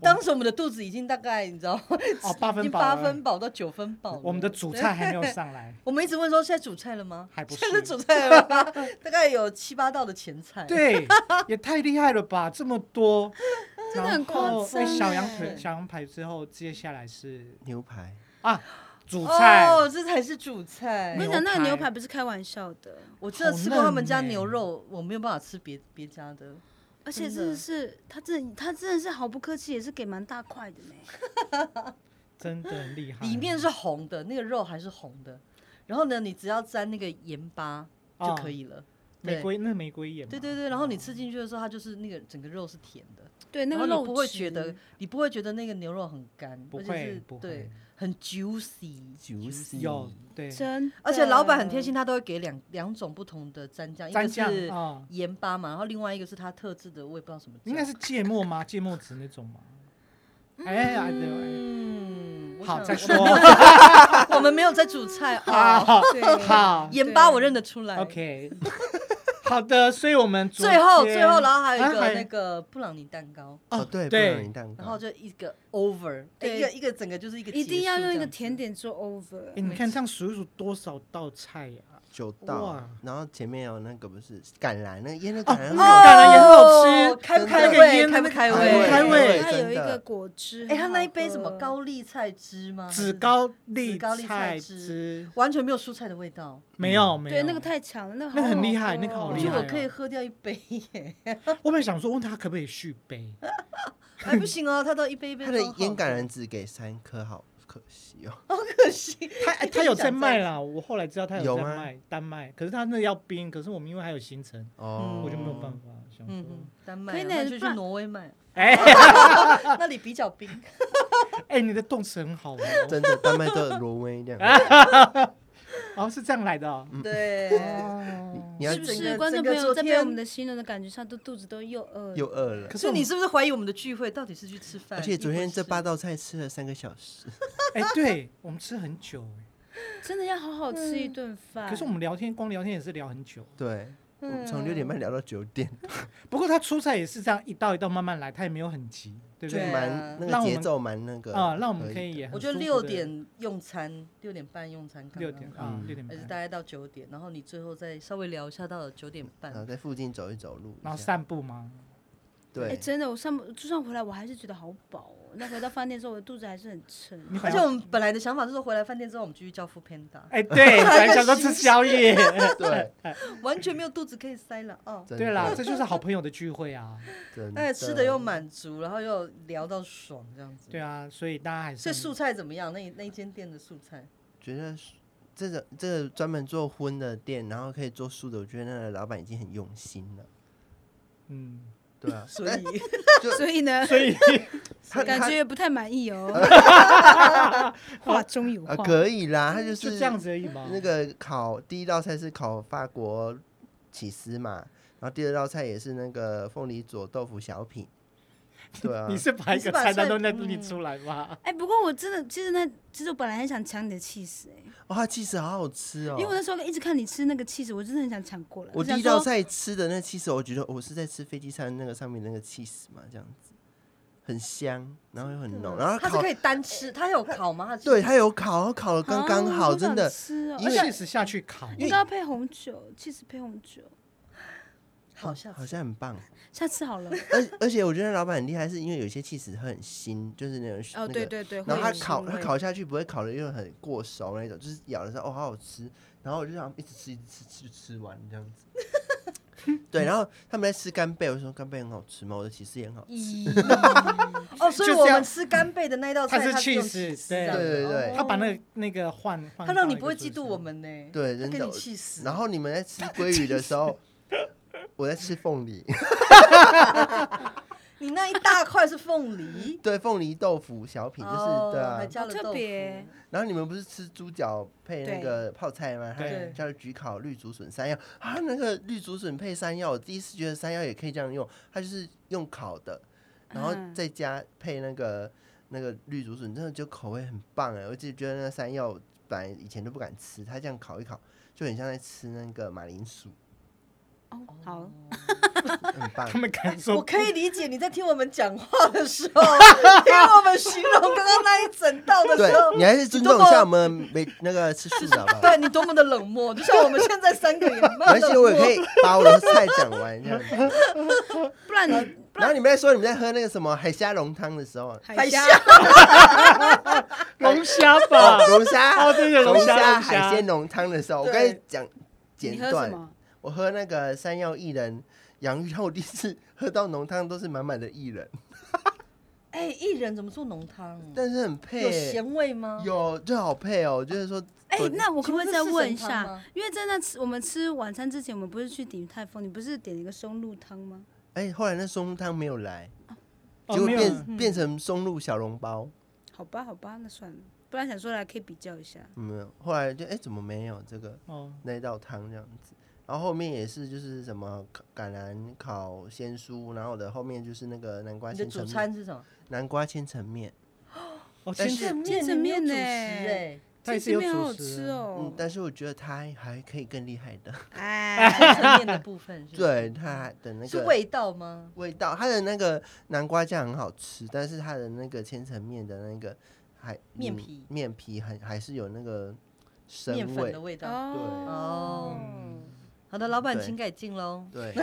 [SPEAKER 2] 当时我们的肚子已经大概你知道，
[SPEAKER 1] 哦，八
[SPEAKER 2] 已
[SPEAKER 1] 分
[SPEAKER 2] 经
[SPEAKER 1] 饱，
[SPEAKER 2] 八分饱到九分饱了。
[SPEAKER 1] 我们的主
[SPEAKER 2] 对，
[SPEAKER 1] 菜还没有上来
[SPEAKER 2] 我们一直问说现在主菜了吗？
[SPEAKER 1] 还不
[SPEAKER 2] 现在
[SPEAKER 1] 是
[SPEAKER 2] 是主菜了吗？ 大概有七八道的前菜。，
[SPEAKER 1] 对，也太厉害了吧，这么多，
[SPEAKER 4] 真的
[SPEAKER 1] 然
[SPEAKER 4] 很夸
[SPEAKER 1] 后哎
[SPEAKER 4] 张
[SPEAKER 1] 小羊
[SPEAKER 4] 哎
[SPEAKER 1] 腿、小羊排之后，接下来是
[SPEAKER 3] 牛排，
[SPEAKER 1] 啊，主菜，
[SPEAKER 2] 哦，这才是主
[SPEAKER 4] 我
[SPEAKER 2] 菜
[SPEAKER 4] 跟。你讲，那个
[SPEAKER 1] 牛
[SPEAKER 4] 牛
[SPEAKER 1] 排
[SPEAKER 4] 排不是开玩笑的，
[SPEAKER 2] 我真的
[SPEAKER 1] 好
[SPEAKER 2] 吃过他们
[SPEAKER 1] 嫩
[SPEAKER 2] 家
[SPEAKER 1] 欸
[SPEAKER 2] 牛肉，我没有办法吃别别家的。
[SPEAKER 4] 而且
[SPEAKER 2] 真
[SPEAKER 4] 真的
[SPEAKER 2] 的
[SPEAKER 4] 是他真的他真的是毫不客气，也是给蛮大块的呢。
[SPEAKER 1] 真的很厉害，
[SPEAKER 2] 里面是红的，那个肉还是红的。然后呢，你只要沾那个盐巴就可
[SPEAKER 1] 以，
[SPEAKER 2] 以了。对
[SPEAKER 1] 哦玫瑰那玫瑰眼嘛，
[SPEAKER 2] 对对对，然后你吃进去的时候，它就是那个整个肉是甜的，
[SPEAKER 4] 对，那个
[SPEAKER 2] 然后
[SPEAKER 4] 肉
[SPEAKER 2] 你不会
[SPEAKER 4] 质
[SPEAKER 2] 觉得，你不会觉得那个牛肉很干，
[SPEAKER 1] 不
[SPEAKER 2] 而且
[SPEAKER 1] 会
[SPEAKER 2] 是
[SPEAKER 1] 不会
[SPEAKER 2] 对，，很 juicy。
[SPEAKER 3] juicy
[SPEAKER 1] 有对，
[SPEAKER 4] 真的，
[SPEAKER 2] 而且老板很贴心，他都会给两两种不同的蘸酱，一
[SPEAKER 1] 蘸
[SPEAKER 2] 个
[SPEAKER 1] 酱
[SPEAKER 2] 是
[SPEAKER 1] 啊，
[SPEAKER 2] 盐巴嘛，然后另外一个是他特制的，我也不知道什么酱。
[SPEAKER 1] 应该是芥末吗？ 芥末籽那种吗？哎哎对，
[SPEAKER 2] 嗯，我
[SPEAKER 1] 好
[SPEAKER 2] 想
[SPEAKER 1] 再
[SPEAKER 2] 我们没有
[SPEAKER 1] 说，
[SPEAKER 2] 我们没有在煮菜啊，
[SPEAKER 1] 好
[SPEAKER 4] 哦对，
[SPEAKER 1] 好
[SPEAKER 2] 盐巴我认得出来。
[SPEAKER 1] ，OK，好的，所以我们昨
[SPEAKER 2] 最后
[SPEAKER 1] 天
[SPEAKER 2] 最后，然后还有
[SPEAKER 1] 啊
[SPEAKER 2] 一个
[SPEAKER 1] 还啊
[SPEAKER 2] 那个布朗尼蛋糕，
[SPEAKER 3] 哦，对，布
[SPEAKER 1] 对
[SPEAKER 3] 朗尼蛋
[SPEAKER 2] 然后
[SPEAKER 3] 糕，
[SPEAKER 2] 就一个 over，
[SPEAKER 4] 对
[SPEAKER 2] 一个一个整个就是一个
[SPEAKER 4] 一定要用一个
[SPEAKER 2] 甜
[SPEAKER 4] 甜
[SPEAKER 1] 嗯
[SPEAKER 2] 点。
[SPEAKER 4] 点做 over，
[SPEAKER 1] 哎，你看这样数一数多少道菜啊呀？
[SPEAKER 3] 九道
[SPEAKER 1] 哇，
[SPEAKER 3] 然后前面有那个不是橄榄，那腌的橄榄
[SPEAKER 1] 哦
[SPEAKER 3] 肉，
[SPEAKER 1] 橄榄也很好吃
[SPEAKER 2] 哦开不
[SPEAKER 3] 真
[SPEAKER 2] 开
[SPEAKER 3] 的
[SPEAKER 2] 胃？
[SPEAKER 1] 腌
[SPEAKER 2] 开
[SPEAKER 1] 的
[SPEAKER 2] 不
[SPEAKER 1] 那
[SPEAKER 2] 开
[SPEAKER 3] 个
[SPEAKER 2] 胃？
[SPEAKER 1] 开胃
[SPEAKER 4] 它有一
[SPEAKER 3] 真
[SPEAKER 4] 个
[SPEAKER 3] 的
[SPEAKER 4] 果汁，
[SPEAKER 2] 哎，
[SPEAKER 4] 很
[SPEAKER 2] 他那一
[SPEAKER 4] 好
[SPEAKER 2] 杯什么
[SPEAKER 4] 喝？
[SPEAKER 2] 高丽菜汁吗？
[SPEAKER 1] 紫高丽
[SPEAKER 2] 紫高丽
[SPEAKER 1] 菜
[SPEAKER 2] 菜嗯
[SPEAKER 1] 汁
[SPEAKER 2] 完全没有蔬菜的味道，
[SPEAKER 1] 没有没有，
[SPEAKER 4] 对，那个太强了，那个
[SPEAKER 1] 那个
[SPEAKER 4] 好
[SPEAKER 1] 很
[SPEAKER 4] 好
[SPEAKER 1] 厉害
[SPEAKER 4] 喝
[SPEAKER 1] 那个好
[SPEAKER 4] 哦
[SPEAKER 2] 我
[SPEAKER 1] 厉
[SPEAKER 2] 觉得
[SPEAKER 1] 害
[SPEAKER 2] 我可以喝掉一杯 耶！
[SPEAKER 1] 我本来想说问他可不可以续杯，
[SPEAKER 2] 哎，不行哦，他都一杯一杯
[SPEAKER 3] 它
[SPEAKER 2] 装
[SPEAKER 3] 的
[SPEAKER 2] 好。
[SPEAKER 3] 腌橄榄只给三颗，好可惜哦。
[SPEAKER 2] 好可惜，
[SPEAKER 1] 他哎他有在卖啦，我后来知道他
[SPEAKER 3] 有
[SPEAKER 1] 在
[SPEAKER 3] 吗
[SPEAKER 1] 卖丹麦，可是他那要冰，可是我们因为还有行程，
[SPEAKER 3] 哦，
[SPEAKER 1] 嗯我就没有办法想
[SPEAKER 2] 嗯
[SPEAKER 1] 说
[SPEAKER 2] 哼，，丹麦啊，
[SPEAKER 4] 可以呢
[SPEAKER 2] 那就
[SPEAKER 4] 不
[SPEAKER 2] 去
[SPEAKER 4] 然
[SPEAKER 2] 挪威卖，
[SPEAKER 1] 哎
[SPEAKER 2] 那里比较冰。
[SPEAKER 1] 哎，你的动词很好哦，
[SPEAKER 3] 真的，丹麦都有挪威这样。
[SPEAKER 1] 哦是这样来的哦，
[SPEAKER 2] 对，
[SPEAKER 1] 哦，
[SPEAKER 3] 你要
[SPEAKER 4] 是不
[SPEAKER 2] 整
[SPEAKER 4] 是
[SPEAKER 2] 个
[SPEAKER 4] 观众
[SPEAKER 2] 整
[SPEAKER 4] 朋
[SPEAKER 2] 个
[SPEAKER 4] 友
[SPEAKER 2] 昨
[SPEAKER 4] 在被我
[SPEAKER 2] 天
[SPEAKER 4] 们的形容的感觉上，都肚子都又饿了
[SPEAKER 3] 又饿了，
[SPEAKER 1] 可
[SPEAKER 2] 所以
[SPEAKER 1] 我
[SPEAKER 2] 你
[SPEAKER 1] 们
[SPEAKER 2] 是不是怀疑我们的聚会到底是去吃饭？
[SPEAKER 3] 而且昨天这八
[SPEAKER 2] 道
[SPEAKER 3] 道菜吃了三个小时，
[SPEAKER 1] 哎对我们吃很久哎，
[SPEAKER 4] 真的要好好吃一顿
[SPEAKER 2] 哎
[SPEAKER 4] 饭。
[SPEAKER 1] 可是我们聊天光聊天也是聊很久，
[SPEAKER 3] 对，我
[SPEAKER 1] 嗯
[SPEAKER 3] 们从六点半聊到九点，
[SPEAKER 1] 啊不过他出菜也是这样一道一道慢慢来，他也没有很急，对不
[SPEAKER 3] 就
[SPEAKER 2] 对
[SPEAKER 1] 对？
[SPEAKER 3] 蛮那
[SPEAKER 1] 让
[SPEAKER 3] 个
[SPEAKER 1] 我
[SPEAKER 3] 节
[SPEAKER 1] 们
[SPEAKER 3] 奏蛮那个
[SPEAKER 1] 啊，那我们可
[SPEAKER 3] 可
[SPEAKER 1] 以
[SPEAKER 3] 的
[SPEAKER 1] 也很
[SPEAKER 2] 我觉得
[SPEAKER 1] 舒服
[SPEAKER 2] 六
[SPEAKER 1] 地
[SPEAKER 2] 点用餐，六点半用餐刚刚好，
[SPEAKER 1] 六点啊
[SPEAKER 3] 嗯
[SPEAKER 1] 六点
[SPEAKER 2] 还是
[SPEAKER 1] 半
[SPEAKER 2] 大。概到九点，然后你最后再稍微聊一下到九点半
[SPEAKER 3] 然。后在附近走一走路，
[SPEAKER 1] 然后
[SPEAKER 3] 这样
[SPEAKER 1] 散步吗？
[SPEAKER 4] 哎，
[SPEAKER 3] 对，
[SPEAKER 4] 真的，我上就算回来，我还是觉得好饱哦。那回到饭店之后，我的肚子还是很撑。
[SPEAKER 1] 你
[SPEAKER 2] 而
[SPEAKER 1] 反
[SPEAKER 2] 且
[SPEAKER 1] 正
[SPEAKER 2] 我们本来的想法是说回来饭店之后我们继续叫 f o Panda，
[SPEAKER 1] 哎，对，本 来想说吃宵夜。
[SPEAKER 3] 对，
[SPEAKER 2] 完全没有肚子可以塞了哦。
[SPEAKER 3] 真
[SPEAKER 1] 对
[SPEAKER 3] 的
[SPEAKER 1] 啦，这就是好朋友的聚会啊。
[SPEAKER 3] 真
[SPEAKER 2] 哎，吃的又满足，然后又聊到爽这样子。
[SPEAKER 3] 啊
[SPEAKER 1] 对啊，所以大家还是
[SPEAKER 2] 所以素菜怎么样？那一那一间店的素菜，
[SPEAKER 3] 觉得这个这个专门做荤的店，然后可以做素的，我觉得那个老板已经很用心了。
[SPEAKER 1] 嗯，
[SPEAKER 3] 对啊，
[SPEAKER 2] 所以
[SPEAKER 4] 所以呢，
[SPEAKER 1] 所以
[SPEAKER 3] 他
[SPEAKER 4] 感
[SPEAKER 3] 他
[SPEAKER 4] 觉不太满意哦。
[SPEAKER 1] 呃
[SPEAKER 4] 话中有
[SPEAKER 3] 啊
[SPEAKER 4] 话，
[SPEAKER 3] 可以啦，他就
[SPEAKER 1] 就是这样子啊而已嘛。
[SPEAKER 3] 那个烤第一道菜是烤法国起司嘛，然后第二道菜也是那个凤梨佐豆腐小品。对啊
[SPEAKER 1] 你，是把一个
[SPEAKER 2] 你是把
[SPEAKER 1] 菜单
[SPEAKER 2] 菜
[SPEAKER 1] 都在列出来吗？
[SPEAKER 4] 哎、不过我真的，其实那其实我本来很想抢你的气势哎，
[SPEAKER 3] 哇、它起司好好吃哦
[SPEAKER 4] 因为！我那时候一直看你吃那个气势，我真的很想抢过来。
[SPEAKER 3] 我第
[SPEAKER 4] 想
[SPEAKER 3] 一道
[SPEAKER 4] 说
[SPEAKER 3] 菜吃的那起司，我觉得我是在吃飞机餐那个上面那个起司嘛，这样子很香，然后又很浓，然后
[SPEAKER 2] 啊它是
[SPEAKER 3] 烤
[SPEAKER 2] 可以单吃，它有烤吗？它是
[SPEAKER 3] 对，它有烤，烤的刚刚
[SPEAKER 4] 啊
[SPEAKER 3] 好，
[SPEAKER 4] 我
[SPEAKER 3] 真
[SPEAKER 4] 想
[SPEAKER 3] 的。
[SPEAKER 4] 吃哦，
[SPEAKER 1] 一
[SPEAKER 4] 而且
[SPEAKER 1] 气死下去烤，
[SPEAKER 4] 应该要配红酒，气势配红酒，
[SPEAKER 2] 好像
[SPEAKER 3] 好像很棒，
[SPEAKER 4] 下次好了。
[SPEAKER 3] 而而且我觉得老板很厉害，是因为有些气死很新，就是那种
[SPEAKER 4] 哦，
[SPEAKER 3] 那
[SPEAKER 4] 对
[SPEAKER 3] 个
[SPEAKER 4] 对对，
[SPEAKER 3] 然后它
[SPEAKER 4] 会有
[SPEAKER 3] 烤
[SPEAKER 4] 腥
[SPEAKER 3] 它
[SPEAKER 4] 味
[SPEAKER 3] 烤下去不会烤的又很过熟那种，就是咬的时候哦好好吃，然后我就想一直吃一直吃吃吃完这样子。 对，然后他们在吃干贝，我就说干贝很好吃吗？我的起司也 很好吃。
[SPEAKER 2] 哦，所以
[SPEAKER 1] 就是
[SPEAKER 2] 我
[SPEAKER 1] 要
[SPEAKER 2] 们吃干贝的那一道菜，
[SPEAKER 1] 它是
[SPEAKER 2] 它用
[SPEAKER 1] cheese，
[SPEAKER 2] 起司
[SPEAKER 1] 对
[SPEAKER 2] 这样子
[SPEAKER 3] 对对对
[SPEAKER 2] 哦
[SPEAKER 1] 他把那个那个换换，
[SPEAKER 2] 它让你不会嫉妒我。们呢，
[SPEAKER 3] 对，
[SPEAKER 2] 它
[SPEAKER 3] 真
[SPEAKER 2] 给你
[SPEAKER 3] 的。
[SPEAKER 2] 气死。
[SPEAKER 3] 然后你们在吃鲑鱼的 时候，我在吃凤梨，，
[SPEAKER 2] 你那一大块是凤梨
[SPEAKER 3] 对，凤梨豆腐小 品就是
[SPEAKER 2] 哦
[SPEAKER 3] 对啊
[SPEAKER 2] 还。加了
[SPEAKER 4] 好特
[SPEAKER 2] 豆腐
[SPEAKER 4] 别
[SPEAKER 3] 然后你们不是吃猪脚配那
[SPEAKER 4] 对
[SPEAKER 3] 个泡菜吗？还有
[SPEAKER 2] 对
[SPEAKER 3] 叫焗烤绿竹笋山药啊，那个绿竹笋配山药，我第一次觉得山药也可以这样用，它就是用烤的，然后
[SPEAKER 4] 嗯
[SPEAKER 3] 再加配那个那个绿竹笋，真的就口味很棒哎！我就觉得那个山药本来以前都不敢吃，它这样烤一烤，就很像在吃那个马铃薯，
[SPEAKER 4] 哦，好，
[SPEAKER 3] 很 棒
[SPEAKER 1] 他。们敢
[SPEAKER 2] 我
[SPEAKER 1] 说
[SPEAKER 2] 可以理解你在听我们讲话的时候，听我们形容刚刚那一整道的
[SPEAKER 3] 对
[SPEAKER 2] 时候，
[SPEAKER 3] 你还是尊重一下我们没那个吃素的 好不好？
[SPEAKER 2] 对你多么的冷漠，就像我们现在三个人，
[SPEAKER 3] 而且我也可以把我的菜讲完这样子。
[SPEAKER 4] 不然你
[SPEAKER 3] 然后你们在说你们在喝那个什么海虾浓汤的时候，啊
[SPEAKER 2] 海
[SPEAKER 4] 虾
[SPEAKER 2] 虾
[SPEAKER 1] 龙虾吧
[SPEAKER 3] 哦，？龙虾，
[SPEAKER 1] 哦对对龙
[SPEAKER 3] 龙
[SPEAKER 1] 虾龙虾
[SPEAKER 3] 海鲜浓汤的时候，我
[SPEAKER 2] 对
[SPEAKER 3] 跟你讲简
[SPEAKER 4] 你喝什
[SPEAKER 3] 短，
[SPEAKER 4] 么？
[SPEAKER 3] 我喝那个山药薏仁洋芋汤，我第一次喝到浓汤都是满满的薏仁，
[SPEAKER 4] 嗯
[SPEAKER 2] 哎，薏仁怎么做浓汤？
[SPEAKER 3] 但是很配，
[SPEAKER 2] 有咸味吗？
[SPEAKER 3] 有就好配哦，就是说，
[SPEAKER 4] 哎、
[SPEAKER 3] 我
[SPEAKER 4] 那我可不可以
[SPEAKER 2] 请问
[SPEAKER 4] 再
[SPEAKER 2] 是
[SPEAKER 4] 问
[SPEAKER 2] 神
[SPEAKER 4] 一
[SPEAKER 2] 汤
[SPEAKER 4] 下
[SPEAKER 2] 吗？
[SPEAKER 4] 因为在那吃我们吃晚餐之前，我们不是去鼎泰丰，你不是点了一个松露汤吗？
[SPEAKER 3] 哎，后来那松露汤没有来，
[SPEAKER 1] 哦
[SPEAKER 3] 结果
[SPEAKER 1] 没有
[SPEAKER 3] 变变成松露小笼包，
[SPEAKER 4] 好吧，好吧，那算了。不然想说来可以比较一下，
[SPEAKER 3] 嗯，后来就哎怎么没有这个
[SPEAKER 1] 哦，
[SPEAKER 3] 那道汤这样子。然后后面也是就是什么橄榄烤鲜蔬，然后我的后面就是那个南瓜
[SPEAKER 2] 你的
[SPEAKER 3] 千
[SPEAKER 2] 主
[SPEAKER 3] 层
[SPEAKER 2] 餐
[SPEAKER 3] 面，
[SPEAKER 2] 是什么？
[SPEAKER 3] 南瓜千层面，嗯
[SPEAKER 1] 哦，先
[SPEAKER 3] 但是
[SPEAKER 1] 是
[SPEAKER 4] 千层面
[SPEAKER 2] 面
[SPEAKER 4] 呢
[SPEAKER 2] 哎，
[SPEAKER 1] 它也
[SPEAKER 4] 这
[SPEAKER 1] 是有
[SPEAKER 4] 面好
[SPEAKER 1] 主
[SPEAKER 4] 好
[SPEAKER 1] 食
[SPEAKER 4] 吃
[SPEAKER 1] 的。
[SPEAKER 4] 哦
[SPEAKER 3] 嗯，。但是我觉得它还可以更厉害的，
[SPEAKER 4] 哎，
[SPEAKER 2] 千层面的部分是不是嗯
[SPEAKER 3] 对它的那
[SPEAKER 2] 是
[SPEAKER 3] 个
[SPEAKER 2] 味道吗？
[SPEAKER 3] 味道，它的那个南瓜酱很好吃，但是它的那个千层面的那个还
[SPEAKER 2] 面
[SPEAKER 3] 嗯
[SPEAKER 2] 皮
[SPEAKER 3] 面皮还还是有那个生
[SPEAKER 2] 面粉
[SPEAKER 3] 味
[SPEAKER 2] 的，味道。
[SPEAKER 4] 哦，
[SPEAKER 2] 好的，老板，
[SPEAKER 3] 对
[SPEAKER 2] 请改进喽。
[SPEAKER 3] 对，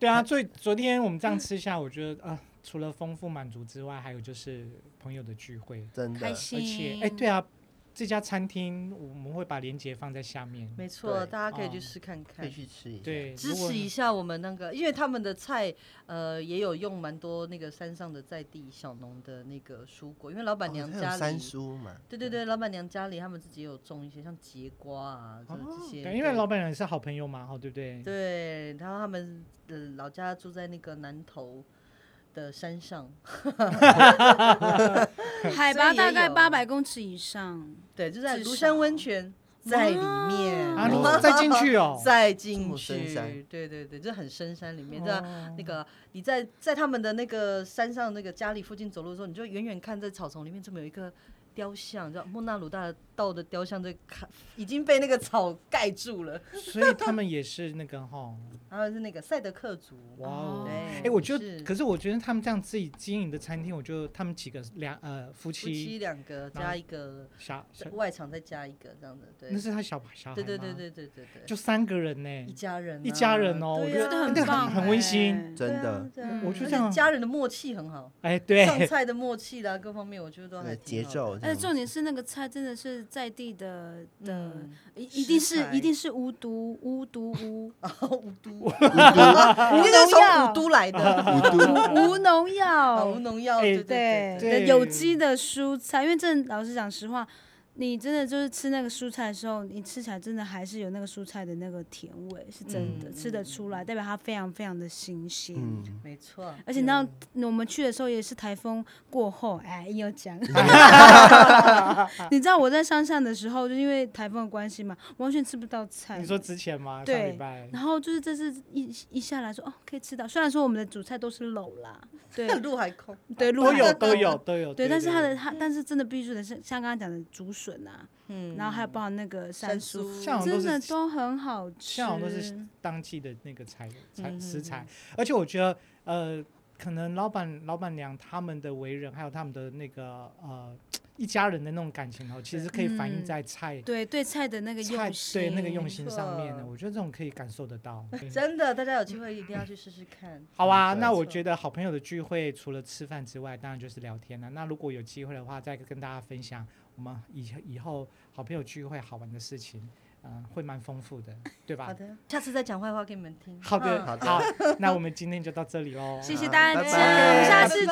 [SPEAKER 1] 对啊，所以昨天我们这样吃下，我觉得啊，除了丰富满足之外，还有就是朋友的聚会，
[SPEAKER 3] 真
[SPEAKER 4] 开
[SPEAKER 3] 的。
[SPEAKER 1] 而
[SPEAKER 4] 心。
[SPEAKER 1] 且哎，对啊，这家餐厅我们会把链接放在下面。
[SPEAKER 2] 没错，
[SPEAKER 3] 对
[SPEAKER 2] 大家可以去
[SPEAKER 1] 哦
[SPEAKER 2] 试看
[SPEAKER 3] 可
[SPEAKER 2] 看，
[SPEAKER 3] 以去吃一下，
[SPEAKER 1] 对，
[SPEAKER 2] 支
[SPEAKER 1] 如果
[SPEAKER 2] 持一下我们那个，因为他们的菜，呃，也有用蛮多那个山上的在地小农的那个蔬果，因为老板
[SPEAKER 3] 哦
[SPEAKER 2] 娘
[SPEAKER 3] 它有
[SPEAKER 2] 家
[SPEAKER 3] 三
[SPEAKER 2] 里，
[SPEAKER 3] 叔嘛，
[SPEAKER 2] 对对对，老板娘家里他们自己也有种一些像节瓜啊，就是这些，
[SPEAKER 1] 对，因哦为老板娘是好朋友嘛，哦，对不对？
[SPEAKER 2] 对，然后他们的老家住在那个南头的山上，
[SPEAKER 4] 海拔大概
[SPEAKER 1] 啊
[SPEAKER 2] 所以也有
[SPEAKER 4] 八百公尺以上，
[SPEAKER 2] 对，就在
[SPEAKER 4] 至
[SPEAKER 2] 庐
[SPEAKER 4] 少啊
[SPEAKER 2] 山温泉在里面，
[SPEAKER 1] 啊，
[SPEAKER 3] 哦
[SPEAKER 1] 你再进去哦。
[SPEAKER 2] 再
[SPEAKER 3] 这
[SPEAKER 2] 进
[SPEAKER 3] 么深
[SPEAKER 2] 去
[SPEAKER 3] 山，
[SPEAKER 2] 对对对，就很深山里面，对啊，
[SPEAKER 1] 哦
[SPEAKER 2] 那个你在在他们的那个山上那个家里附近走路的时候，你就远远看在草丛里面，这么有一个雕像，叫莫纳鲁大道的雕像在看，已经被那个草盖住了。
[SPEAKER 1] 所以他们也是那个哈，
[SPEAKER 2] 然后是那个赛德克族，
[SPEAKER 1] 哇哦！
[SPEAKER 4] 对
[SPEAKER 1] 哎、
[SPEAKER 2] 对
[SPEAKER 1] 我觉
[SPEAKER 2] 是
[SPEAKER 1] 得，可是我觉得他们这样自己经营的餐厅，我觉得他们几个两呃夫
[SPEAKER 2] 夫妻
[SPEAKER 1] 妻
[SPEAKER 2] 两个
[SPEAKER 1] 然
[SPEAKER 2] 加
[SPEAKER 1] 后
[SPEAKER 2] 一个
[SPEAKER 1] 小小，
[SPEAKER 2] 外场再加一个这样的，对
[SPEAKER 1] 啊那，是他小小孩
[SPEAKER 2] 对对对
[SPEAKER 1] 吗，
[SPEAKER 2] 对对对对，
[SPEAKER 1] 就三个人呢、
[SPEAKER 2] 一家人啊、
[SPEAKER 1] 一家人哦
[SPEAKER 2] 对
[SPEAKER 1] 我觉
[SPEAKER 2] 啊
[SPEAKER 1] 得
[SPEAKER 4] 真
[SPEAKER 1] 那
[SPEAKER 4] 的
[SPEAKER 1] 个
[SPEAKER 4] 很棒，
[SPEAKER 1] 很温馨
[SPEAKER 4] 哎
[SPEAKER 2] 嗯
[SPEAKER 3] 真的
[SPEAKER 4] 对啊对啊
[SPEAKER 1] 我就
[SPEAKER 2] 而
[SPEAKER 1] 这样
[SPEAKER 2] 且家人的默契很好，
[SPEAKER 1] 哎、
[SPEAKER 2] 上
[SPEAKER 1] 对，
[SPEAKER 2] 菜的默契啦，各方面我觉得都还
[SPEAKER 3] 对
[SPEAKER 2] 挺
[SPEAKER 3] 节
[SPEAKER 2] 好的
[SPEAKER 3] 奏这
[SPEAKER 4] 而且
[SPEAKER 3] 样子，
[SPEAKER 4] 重点是那个菜真的是在地的的，
[SPEAKER 2] 嗯
[SPEAKER 4] 一一定
[SPEAKER 2] 食
[SPEAKER 4] 是
[SPEAKER 2] 材
[SPEAKER 4] 一定是巫毒巫 毒巫
[SPEAKER 2] 无都，无
[SPEAKER 1] 啊
[SPEAKER 2] 都，你就是从
[SPEAKER 4] 药
[SPEAKER 2] 五都来的，
[SPEAKER 3] 五 都
[SPEAKER 4] 无农
[SPEAKER 2] 啊无
[SPEAKER 4] 药，
[SPEAKER 2] 农药，
[SPEAKER 1] 哎
[SPEAKER 2] 对对
[SPEAKER 4] 对
[SPEAKER 1] 对
[SPEAKER 4] 的有机的蔬菜，因为这老实讲实话，你真的就是吃那个蔬菜的时候，你吃起来真的还是有那个蔬菜的那个甜味，是真的、
[SPEAKER 2] 嗯
[SPEAKER 4] 吃得出来，代表它非常非常的新鲜。
[SPEAKER 3] 嗯，
[SPEAKER 2] 没错，
[SPEAKER 4] 而且那
[SPEAKER 1] 嗯
[SPEAKER 4] 我们去的时候也是台风过后，哎，硬要讲。
[SPEAKER 1] 嗯
[SPEAKER 4] 你知道我在山上的时候，就因为台风的关系嘛，完全吃不到菜。
[SPEAKER 1] 你说之前吗？
[SPEAKER 4] 对
[SPEAKER 1] 上礼拜
[SPEAKER 4] 然后就是这次一一下来说，哦，可以吃到。虽然说我们的主菜都是篓啦， 对
[SPEAKER 2] 路还空，
[SPEAKER 4] 对，鹿
[SPEAKER 1] 都有
[SPEAKER 4] 晗
[SPEAKER 1] 都有都有，
[SPEAKER 4] 对，但是它
[SPEAKER 1] 他
[SPEAKER 4] 的它，但是真的必须得是像刚刚讲的竹笋啊，
[SPEAKER 2] 嗯
[SPEAKER 4] 然后还有包含那个山
[SPEAKER 2] 山
[SPEAKER 4] 苏，
[SPEAKER 2] 苏
[SPEAKER 1] 像我们都
[SPEAKER 4] 真的
[SPEAKER 1] 是
[SPEAKER 4] 都很好吃。
[SPEAKER 1] 像我们都是当季的那个材材
[SPEAKER 2] 嗯
[SPEAKER 1] 食材，而且我觉得呃，可能老板老板娘他们的为人，还有他们的那个呃一家人的那种感情哦，其实可以反映
[SPEAKER 4] 嗯
[SPEAKER 1] 在菜
[SPEAKER 4] 对对菜的那个
[SPEAKER 1] 菜
[SPEAKER 4] 用心，
[SPEAKER 1] 对那个用
[SPEAKER 4] 心。
[SPEAKER 1] 心上面的，
[SPEAKER 2] 错
[SPEAKER 1] 我觉得这种可以感受得到。对
[SPEAKER 2] 真的，大家有机会一定要去试试看。
[SPEAKER 1] 好啊，
[SPEAKER 3] 对
[SPEAKER 1] 那
[SPEAKER 2] 没
[SPEAKER 1] 我
[SPEAKER 2] 错
[SPEAKER 1] 觉得好朋友的聚会除了吃饭之外，当然就是聊天了、那如果有机会的话，再跟大家分享我们以后以后好朋友聚会好玩的事情，嗯、会蛮丰富的，对吧
[SPEAKER 2] 好？的，下次再讲坏话给你们听。
[SPEAKER 1] 好的，
[SPEAKER 2] 嗯
[SPEAKER 3] 好的
[SPEAKER 1] 好，那我们今天就到这里喽。
[SPEAKER 4] 谢谢
[SPEAKER 3] 好
[SPEAKER 4] 大
[SPEAKER 3] 拜
[SPEAKER 4] 家，
[SPEAKER 3] 拜
[SPEAKER 4] 下次
[SPEAKER 1] 哦